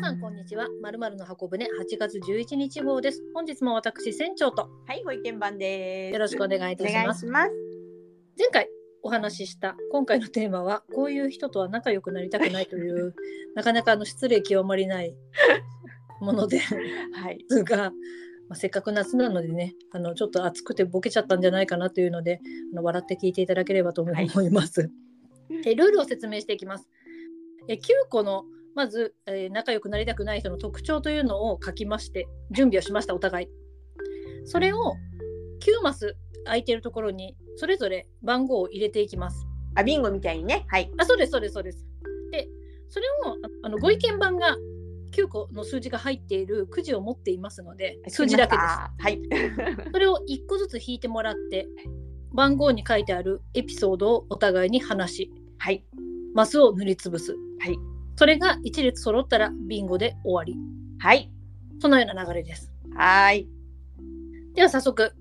さんこんにちは。まるまるの箱舟8月11日号です。本日も私船長とはい、ご意見番です。よろしくお願いいたしお願まいす。します。前回お話しした今回のテーマはこういう人とは仲良くなりたくないというなかなかあの失礼極まりないものではい。すが、まあ、せっかく夏なのでねあのちょっと暑くてボケちゃったんじゃないかなというのであの笑って聞いていただければと思はいいます。でルールを説明していきます。え9個のまず、えー仲良くなりたくない人の特徴というのを書きまして準備をしましたお互い。それを9マス空いてるところにそれぞれ番号を入れていきます。あ、ビンゴみたいにね。はい。あそうですそうですそうです。でそれをああのご意見番が9個の数字が入っているくじを持っていますので数字だけです。す。はい。それを1個ずつ引いてもらって番号に書いてあるエピソードをお互いに話しはい。マスを塗りつぶす、はい、それが一列揃ったらビンゴで終わりはい。そのような流れですはい。では早速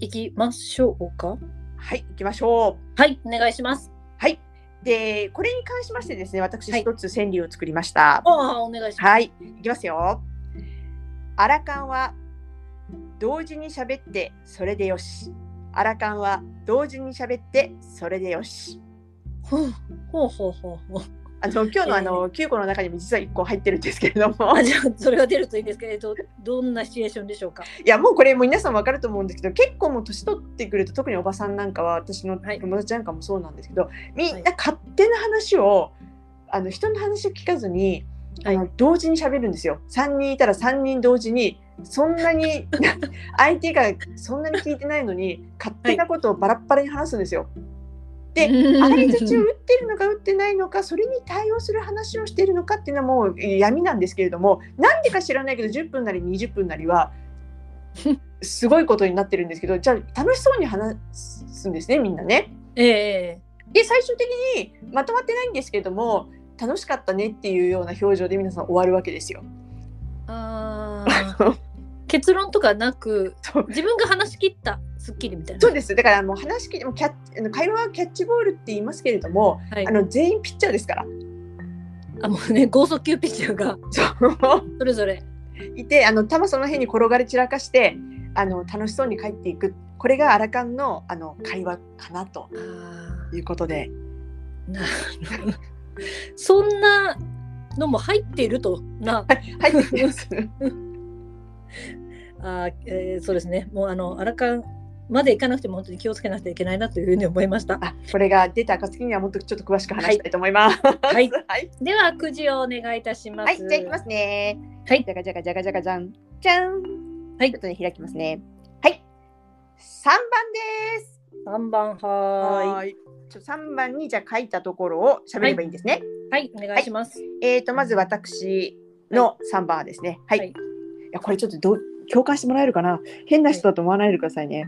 いきましょうかはい。行きましょう。はいお願いしますはい。で、これに関しましてですね、私はい一つ川柳を作りました。ああお願いしますはい。いきますよ。アラカンは同時に喋ってそれでよし。アラカンは同時に喋ってそれでよし。ほうほうほうほうほうあの今日のあの9個の中にも実は1個入ってるんですけれどもあ。じゃあそれが出るといいんですけれどどんなシチュエーションでしょうかいやもうこれもう皆さん分かると思うんですけど結構もう年取ってくると特におばさんなんかは私のはい友達なんかもそうなんですけど、みはんいな勝手な話をあの人の話を聞かずに、あはの同時に喋るんですよ3人いたら3人同時にそん なに相手がそんなに聞いてないのに勝手なことをバラッバラに話すんですよ。でうん相づちを打ってるのか打ってないのかそれに対応する話をしているのかっていうのはもう闇なんですけれどもなんでか知らないけど10分なり20分なりはすごいことになってるんですけどじゃあ楽しそうに話すんですねみんなね。 ええで最終的にまとまってないんですけれども楽しかったねっていうような表情で皆さん終わるわけですよ。あー結論とかなくそう自分が話し切ったスッキリみたいなそうですだからもう話聞いてもキャッあの会話はキャッチボールって言いますけれどもはいあの全員ピッチャーですから。あもうね豪速球ピッチャーがそうそれぞれいてあのたまその辺に転がり散らかしてあの楽しそうに帰っていくこれがアラカンのあの会話かなとあーいうこ とでなるほど。そんなのも入っているとな。入ってきてますあーえーそうですね。もうあのアラカンまで行かなくても本当に気をつけなきゃいけないなというふうに思いました。あこれが出た暁にはもっとちょっと詳しく話したいと思いますはい はい、ではくじをお願いいたします。はい、じゃあいきますねはいじゃがじゃがじゃがじゃがじゃんじゃんはいちょっとね開きますねはい三番です三番はーい。いちょ三番にじゃあ書いたところを喋ればいいんですね、はいお願いします。えー、とまず私の3番ですね。はい。はいい、やこれちょっとどう共感してもらえるかな変な人だと思わないでくださいね。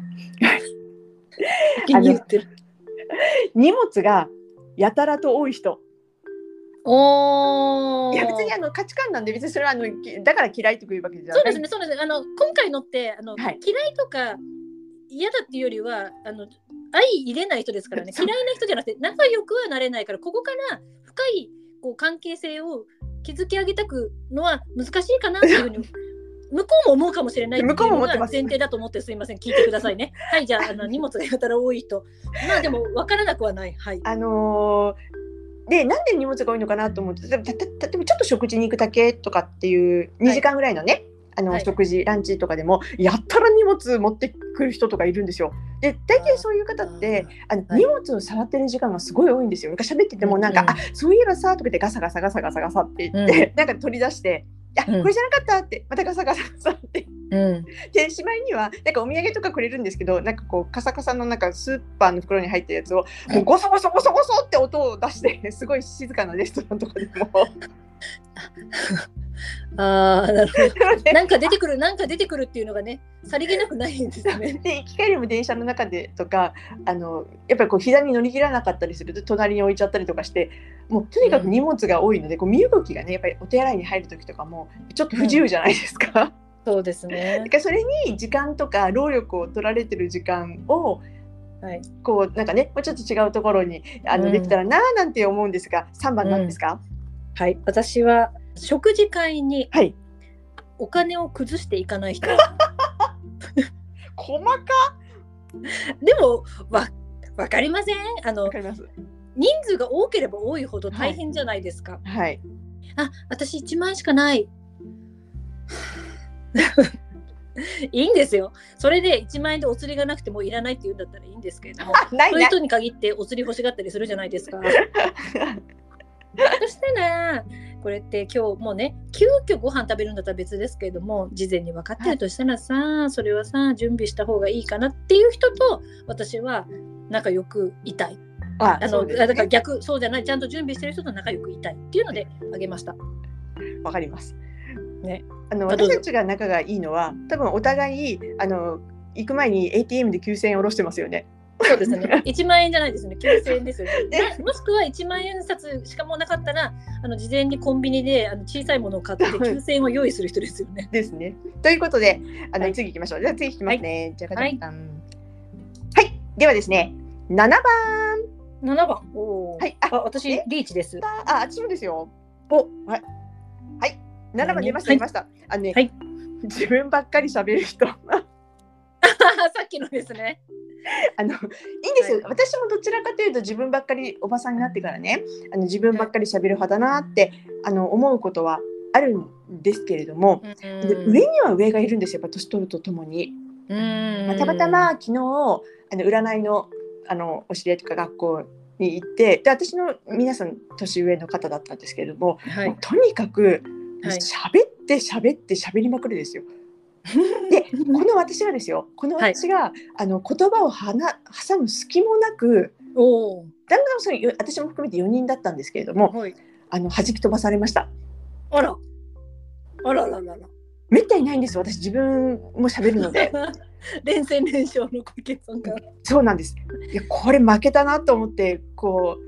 気に入ってる。荷物がやたらと多い人。おお。いや別にあの価値観なんで別にそれはあのきだから嫌いとかいうわけじゃない。そうですねそうですね。あの今回のってあの、はい嫌いとか嫌だっていうよりはあの相入れない人ですからねそ嫌ういな人じゃなくて仲良くはなれないからここから深いこう関係性を築き上げたくのは難しいかなっていう ふうに向こうも思うかもしれないっていう向こうもの思っがてます前提だと思ってすいません聞いてください ねはいじゃああの荷物がやたら多い人まあでも分からなくはないはいあのーでなんで荷物が多いのかなと思って例えばたた例えばちょっと食事に行くだけとかっていうはい2時間ぐらいのね、あのはい食事ランチとかでもやったら荷物持ってくる人とかいるんですよ。で大体そういう方ってあのはい荷物を触ってる時間がすごい多いんですよ。なんか喋っててもなんか、うんあそういえばさとか言ってガサガサガサガサガサって言って、 なんか取り出して。いやうんこれじゃなかったってまたガサガサガサってうんでしまいにはなんかお土産とかくれるんですけどなんかこうカサカサのなんかスーパーの袋に入ったやつをもうゴソゴソゴソゴソって音を出して すごい静かなレストランとかでも ああなるほどなのでなんか出てくるなんか出てくるっていうのがねさりげなくないんですねで行き帰りも電車の中でとかあのやっぱりこう膝に乗り切らなかったりすると隣に置いちゃったりとかしてもうとにかく荷物が多いので、こう身動きがねやっぱりお手洗いに入る時とかもちょっと不自由じゃないですか。 だそうです ねからそれに時間とか労力を取られてる時間をはい、こうなんかねもうちょっと違うところにあうんのできたらなあなんて思うんですが、3番なんですか、はい、私は食事会にはい。お金を崩していかない 人細かでもわわかりませんあのわかります。人数が多ければ多いほど大変じゃないですか、はい。あ私1万しかない いいんですよそれで1万円でお釣りがなくてもういらないって言うんだったらいいんですけれどもないそういうない。人に限ってお釣り欲しがったりするじゃないです かそしたらこれって今日もうね急遽ご飯食べるんだったら別ですけれども事前に分かってるとしたらさ、それはさ準備した方がいいかなっていう人と私は仲良くいたいああその、うですだねから逆そうじゃないちゃんと準備してる人と仲良くいたいっていうのであげました。わかります。ね。あのまあどう私ぞたちが仲がいいのは、多分お互いあの行く前に ATM で9000円下ろしてますよね。そうですね。1万円じゃないですね。9000円ですよね。ねなもしくは1万円札しかもうなかったら、あの事前にコンビニであの小さいものを買 ってはい9000円を用意する人ですよね。ですね。ということで、あの、はい次行きましょう。じゃあ次行きますね。じゃあはいじゃんはい。ではですね、7番。 7番。おーはいああ私えリーチ です。あ、私もですよ。おはい。はい。7番何出ました、はい出ました。あのね、はい自分ばっかり喋る人。 さっきのですね。あのいいんですよ、私もどちらかというと自分ばっかりおばさんになってからねあの自分ばっかり喋る派だなってあの思うことはあるんですけれども、うで上には上がいるんですよやっぱ年取るとともに。んまあたまたま。昨日あの占いのあのお知り合いとか学校に行ってで私の皆さん年上の方だったんですけれども、はい。もうとにかくはい喋って喋って喋りまくるですよ。でこの私がですよこの私が、あの言葉をはな挟む隙もなくおお。だんだんそれよ私も含めて4人だったんですけれどもはい。あの弾き飛ばされましたあら。あらららら。めったにないんですよ私自分も喋るので 連戦連勝の小池さんが。そうなんですいやこれ負けたなと思ってこう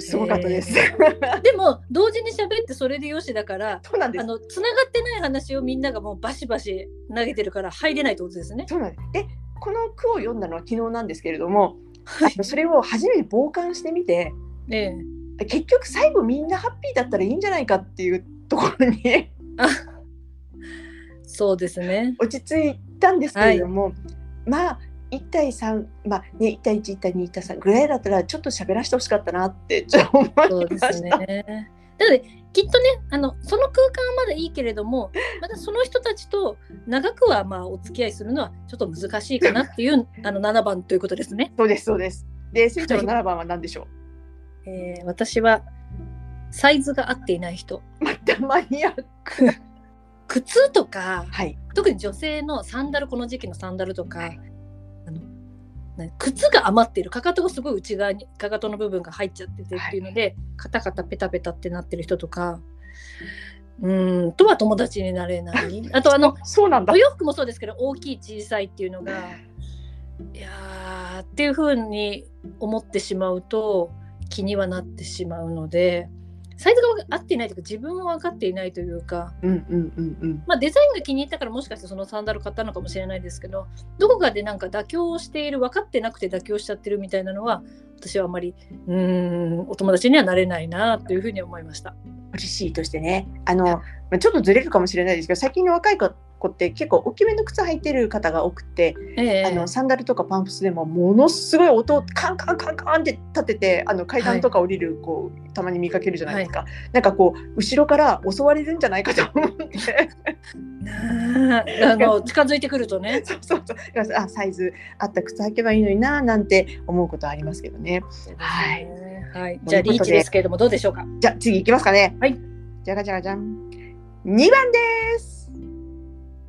すごかったです、でも同時に喋ってそれでよしだから。 そうなんであすの繋がってない話をみんながもうバシバシ投げてるから入れないってことですね。そうなんですでこの句を読んだのは昨日なんですけれどもはいあのそれを初めて傍観してみてええ、結局最後みんなハッピーだったらいいんじゃないかっていうところにそうですね。落ち着いたんですけれども、まあ1対3まあね1対11対2対3ぐらいだったらちょっと喋らせてほしかったなってちょっと思いま した。そうですね。なのできっとねあのその空間はまだいいけれどもまたその人たちと長くはまあお付き合いするのはちょっと難しいかなっていうあの7番ということですね。そうですそうです。で船長の7番は何でしょえー私はサイズが合っていない人う。またマニアック。靴とかはい。特に女性のサンダルこの時期のサンダルとかあのね靴が余ってるかかとがすごい内側にかかとの部分が入っちゃっててっていうので、カタカタペタペタってなってる人とかうーんとは友達になれないあとあのそうなんだお。洋服もそうですけど大きい小さいっていうのがいやーっていう風に思ってしまうと気にはなってしまうのでサイズが合っていないというか自分を分かっていないというかうんうんうんうん。まあ、デザインが気に入ったからもしかしてそのサンダル買ったのかもしれないですけどどこかでなんか妥協をしている分かってなくて妥協しちゃってるみたいなのは私はあまりうーんお友達にはなれないなというふうに思いました。ポリシーとしてね。あのまあちょっとずれるかもしれないですけど、最近の若い子って結構大きめの靴履いてる方が多くて、ええあのサンダルとかパンプスでもものすごい音をカンカンカンカンって立ててあの階段とか降りる子、たまに見かけるじゃないですか、なんかこう後ろから襲われるんじゃないかと思って なああの近づいてくるとねそうそうそうだからあサイズあった靴履けばいいのにななんて思うことはありますけどねはいはい、じゃあリーチですけれどもどうでしょうかじゃあ次いきますかねはいじゃがじゃがじゃん2番です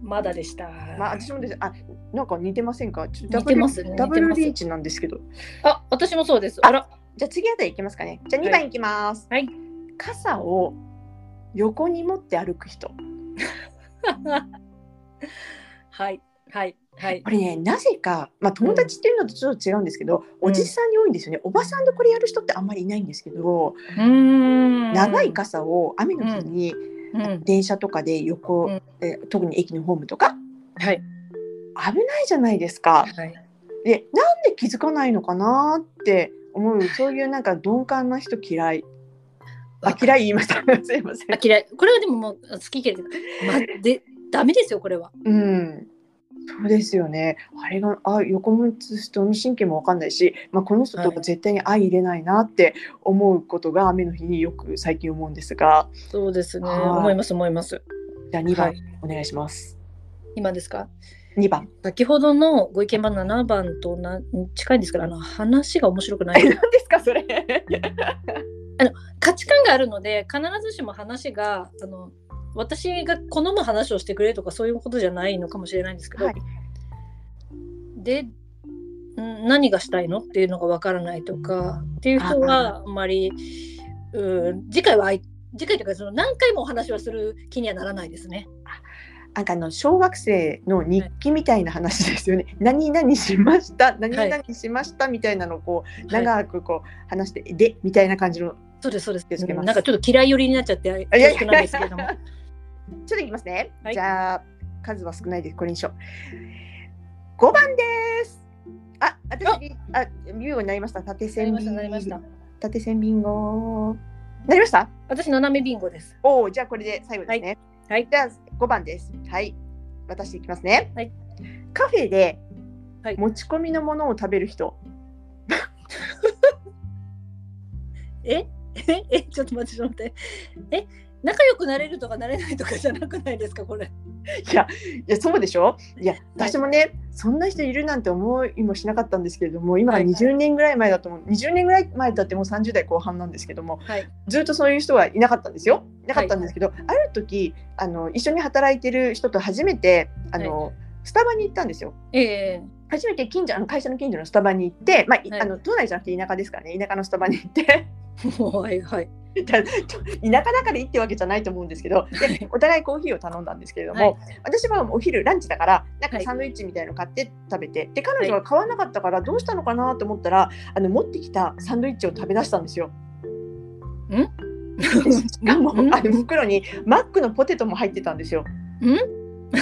まだでした、まあ私もですあなんか似てませんかちょ似てますねダブル似てますダブルリーチなんですけどあ私もそうですあらじゃあ次あたりいきますかねじゃあ2は番いいきます、はい傘を横に持って歩く人はいはいはいこれねなぜか、まあ、友達っていうのとちょっと違うんですけど、おじさんに多いんですよねおばさんでこれやる人ってあんまりいないんですけど、うーん長い、傘を雨の日に、うん、電車とかで横、うんえ特に駅のホームとかはい危ないじゃないですか。はいでなんで気づかないのかなって思うそういうなんか鈍感な人嫌いあ嫌い言いました。 すいませあん。嫌いこれはでももう好き嫌いで,、ま、でダメですよこれはうん。そうですよね。あれが、あ、横向き人の神経もわかんないし、まあ、この人とは絶対に相入れないなって思うことが雨の日によく最近思うんですが、そうですねはい思います思いますじゃあ2は番いお願いします。今ですか2番。先ほどのご意見番7番とな近いんですけどあの話が面白くな え、い 何ですかそれ。価値観があるので必ずしも話があの私が好む話をしてくれとかそういうことじゃないのかもしれないんですけど、はいでん何がしたいのっていうのがわからないとかっていう人はあんまりうん次回はあい次回というかその何回もお話はする気にはならないですね。なんかあの小学生の日記みたいな話ですよね。何々しました、何々しましたみたいなのをこうはい長くこう話して、でみたいな感じの。そうですそうです気をつけまうすんなんかちょっと嫌い寄りになっちゃってあいやい恐縮やなんですけれど もちょっといきますね。はいじゃあ数は少ないです。これにしよう。五番です。あ、私リあビンゴになりました。縦なり線まビしンたゴ。なりました。縦線ビンゴ。なりました。私斜めビンゴです。おお、じゃあこれで最後ですね。はいじゃあ五番です。はい。私いきますね。はいカフェではい持ち込みのものを食べる人。え ええちょっと待ってちょっと待って。え仲良くなれるとかなれないとかじゃなくないですかこれ。いやそうでしょいや私もね、そんな人いるなんて思いもしなかったんですけれども今がはい20年ぐらい前だと思う、20年ぐらい前だってもう30代後半なんですけどもはいずっとそういう人はいなかったんですよいなかったんですけど、ある時あの一緒に働いてる人と初めてあの、スタバに行ったんですよ。え え初めて近所あの会社の近所のスタバに行って、まあいはいあの都内じゃなくて田舎ですからね田舎のスタバに行って はいはいだちょ田舎だからいいってわけじゃないと思うんですけどはいでお互いコーヒーを頼んだんですけれども、はい私はお昼ランチだからなんはかいサンドイッチみたいの買って食べて、で彼女が買わなかったからどうしたのかなと思ったら、あの持ってきたサンドイッチを食べ出したんですよ。でしかもうんあの袋にマックのポテトも入ってたんですよ。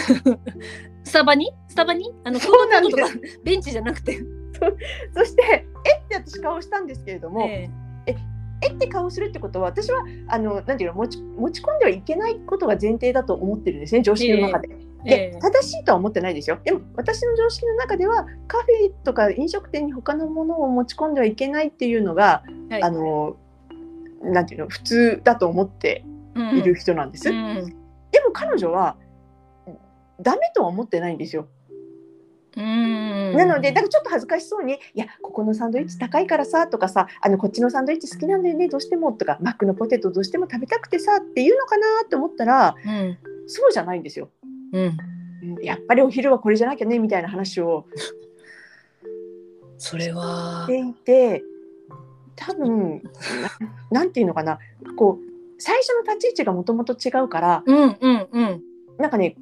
スタバにスタバにあのそうなんですフードコートとかベンチじゃなくて、そしてえって私顔したんですけれども、ええって顔するってことは私はあのなんていうの持ち持ち込んではいけないことが前提だと思ってるんですね常識の中で。えで、え正しいとは思ってないですよ。でも私の常識の中ではカフェとか飲食店に他のものを持ち込んではいけないっていうのが、えはいあのなんていうの普通だと思っている人なんです。うんうんでも彼女はダメとは思ってないんですよ。うんなのでだからちょっと恥ずかしそうに「いやここのサンドイッチ高いからさ」とかさ「あのこっちのサンドイッチ好きなんだよねどうしても」とか「マックのポテトどうしても食べたくてさ」っていうのかなって思ったらうんそうじゃないんですよ。うんうんやっぱりお昼はこれじゃなきゃねみたいな話をそれはしていて多 分ななんていうのかなこう最初の立ち位置がもともと違うからうんうんうんなんかね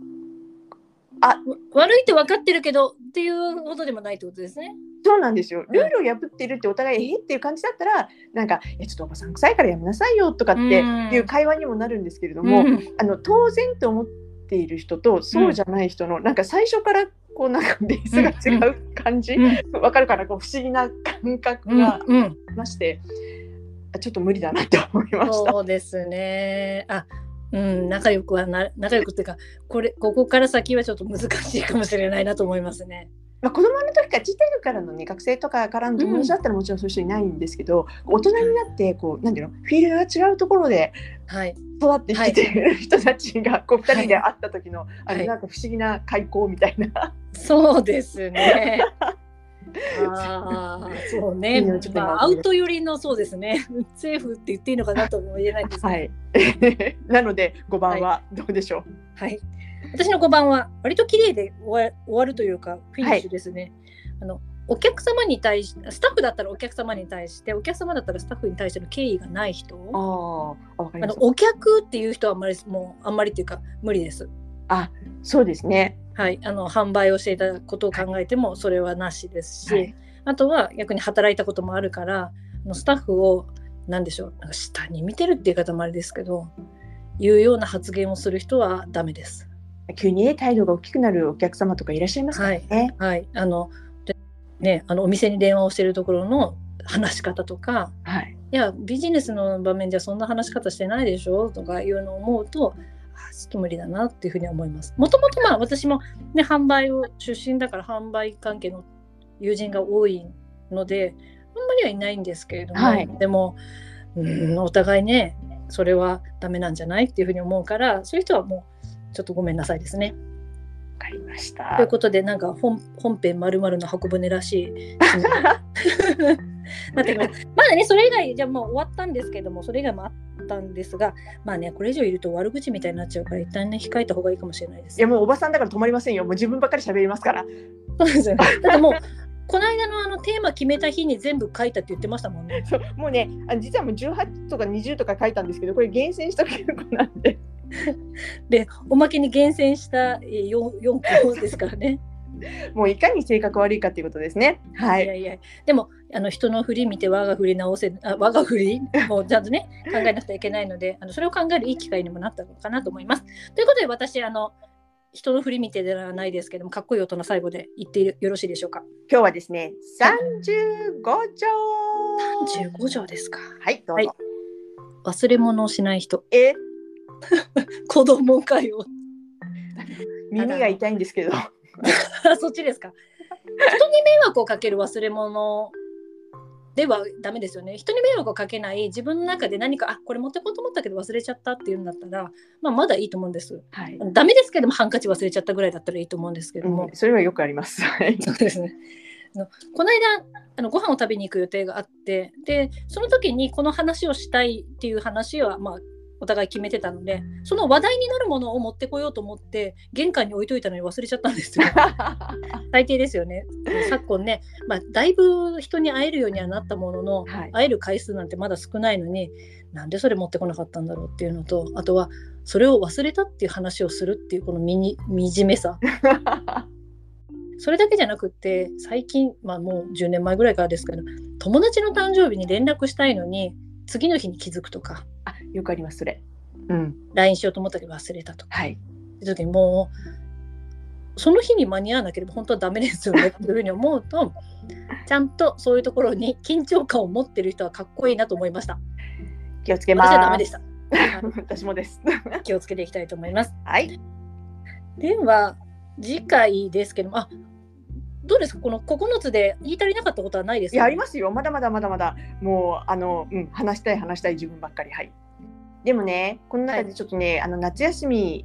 わ悪いって分かってるけどっていうほどでもないってことですね。そうなんですよルールを破ってるってお互いえっていう感じだったらなんか「いやちょっとおばさん臭いからやめなさいよ」とかってうんいう会話にもなるんですけれども、うんあの当然と思っている人とそうじゃない人の、なんか最初からこうなんかベースが違う感じうわ、んかるかなこう不思議な感覚うんがあうんりまして、あちょっと無理だなって思いました。そうですね。あ、うん、仲良くはな、仲良くっていうか、これ、ここから先はちょっと難しいかもしれないなと思いますね。まあ、子供の時からちっちゃい時からのね学生とかからの友達だったらもちろんそういう人いないんですけど、大人になってこう何ていうのフィールドが違うところではい。育ってきてる人たち がこう2人では会った時の,、あはのいなんか不思議な開口みたいな、そうです ね。ああ、そうね。いいのちょっとま今あ、アウト寄りのそうですね。 セーフって言っていいのかなとも言えないんですけど。ははい。い なので5番はどうでしょう、私の5番は、割と綺麗で終わ終わるというか、フィニッシュですね。あの。お客様に対しスタッフだったらお客様に対してお客様だったらスタッフに対しての敬意がない人ああわかりあまのすお客っていう人はあんまりもうあんまりっていうか無理です。そうですねはい、あの販売をしていたことを考えてもそれはなしですし、はいあとは逆に働いたこともあるからあのスタッフを何でしょうなんか下に見てるっていう方もあれですけどいうような発言をする人はダメです。急にね態度が大きくなるお客様とかいらっしゃいますからね、はい、あのでねあのお店に電話をしているところの話し方とかはい、いやビジネスの場面ではそんな話し方してないでしょとかいうのを思うとあちょっと無理だなっていうふうに思います。もともとまあ私も、ね、販売を出身だから販売関係の友人が多いのであんまりはいないんですけれども、はいでもうんお互いねそれはダメなんじゃないっていうふうに思うからそういう人はもうちょっとごめんなさいですね。わかりましというた。ことでなんか本本編まるまるの箱舟らしい。なってきましたまだねそれ以外じゃあもう終わったんですけどもそれ以外もあったんですがまあねこれ以上いると悪口みたいになっちゃうから一旦ね控えた方がいいかもしれないですいや。もうおばさんだから止まりませんよ。もう自分ばっかり喋りますから。そうですよね。だってもうこの間のあのテーマ決めた日に全部書いたって言ってましたもんね。そうもうね、あ実はもう18とか20とか書いたんですけど、これ厳選した結構なんで。でおまけに厳選したえー四四個ですからね。もういかに性格悪いかっていうことですね。はいやい。いやでもあの人の振り見て我が振り直せあ我が振 りもうちゃんとね考えなくてはいけないのであのそれを考えるいい機会にもなったのかなと思います。ということで私あの人の振り見てではないですけどもかっこいい大人最後で言ってよろしいでしょうか。今日はですね、35条。 15条ですか。はい、どうぞ。はい忘れ物をしない人え子供かよ 耳が痛いんですけど。そっちですか。人に迷惑をかける忘れ物ではダメですよね人に迷惑をかけない自分の中で何かあこれ持ってこうと思ったけど忘れちゃったっていうんだったら、まあ、まだいいと思うんですはい。ダメですけどもハンカチ忘れちゃったぐらいだったらいいと思うんですけども、うん、それはよくあります。はいそうですねあのこの間あのご飯を食べに行く予定があってでその時にこの話をしたいっていう話は、まあ、お互い決めてたのでその話題になるものを持ってこようと思って玄関に置いといたのに忘れちゃったん ですよ最低ですよね昨今ね、まあ、だいぶ人に会えるようにはなったものの はい。会える回数なんてまだ少ないのになんでそれ持ってこなかったんだろうっていうのとあとはそれを忘れたっていう話をするっていうこの身に惨めさそれだけじゃなくって最近、まあ、もう10年前ぐらいからですけど友達の誕生日に連絡したいのに次の日に気づくとかあ、よくあります。それ。うん。 LINE しようと思ったけど忘れたとかはい。って時にもうその日に間に合わなければ本当はダメですよねっていうふうに思うとちゃんとそういうところに緊張感を持ってる人はかっこいいなと思いました。気をつけます。私はダメでした。はい私もです。 気をつけていきたいと思います。はい。では次回ですけどもあどうですかこの9つで言い足りなかったことはないですかいや、ありますよ。まだまだまだまだ。もう、あの、うん、話したい話したい自分ばっかり。はい。でもね、この中でちょっとね、あの夏休み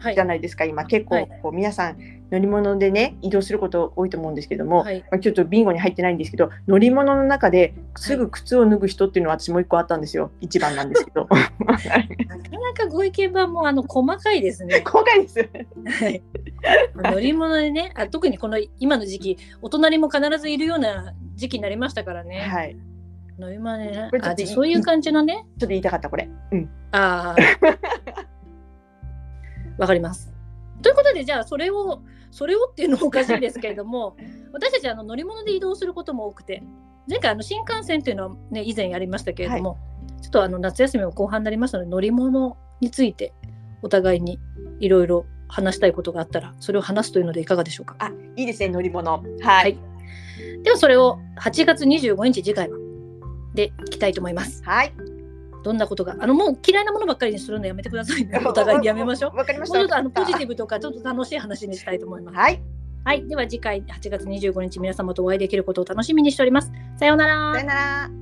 はいじゃないですか、今結は構いこう皆さん乗り物でね移動すること多いと思うんですけども、はいまあ、ちょっとビンゴに入ってないんですけど乗り物の中ですぐ靴を脱ぐ人っていうのは私もう一個あったんですよ一番なんですけ どなかなかご意見番もあの細かいです ね。後悔ですよねはい、乗り物でねあ、特にこの今の時期、お隣も必ずいるような時期になりましたからね。はいちょ乗り物でねこれちょあっじといゃあそういう感じのね。っと言いたかったこれうんあーわかります。ということで、じゃあそれを、それをっていうのもおかしいですけれども、私たちあの乗り物で移動することも多くて、前回あの新幹線というのは、ね、以前やりましたけれども、ちょっとあの夏休みも後半になりましたので、乗り物についてお互いにいろいろ話したいことがあったら、それを話すというのでいかがでしょうか。あいいですね乗り物はい、いではそれを8月25日次回はでいきたいと思います。はい、どんなことが、あのもう嫌いなものばっかりにするのやめてください ね。お互いにやめましょう。わかりましもうたちょっとあ のポジティィブとかちょっと楽しい話にしたいと思います。はいはい、では次回8月25日皆様とお会いできることを楽しみにしております。さようならさよ。なら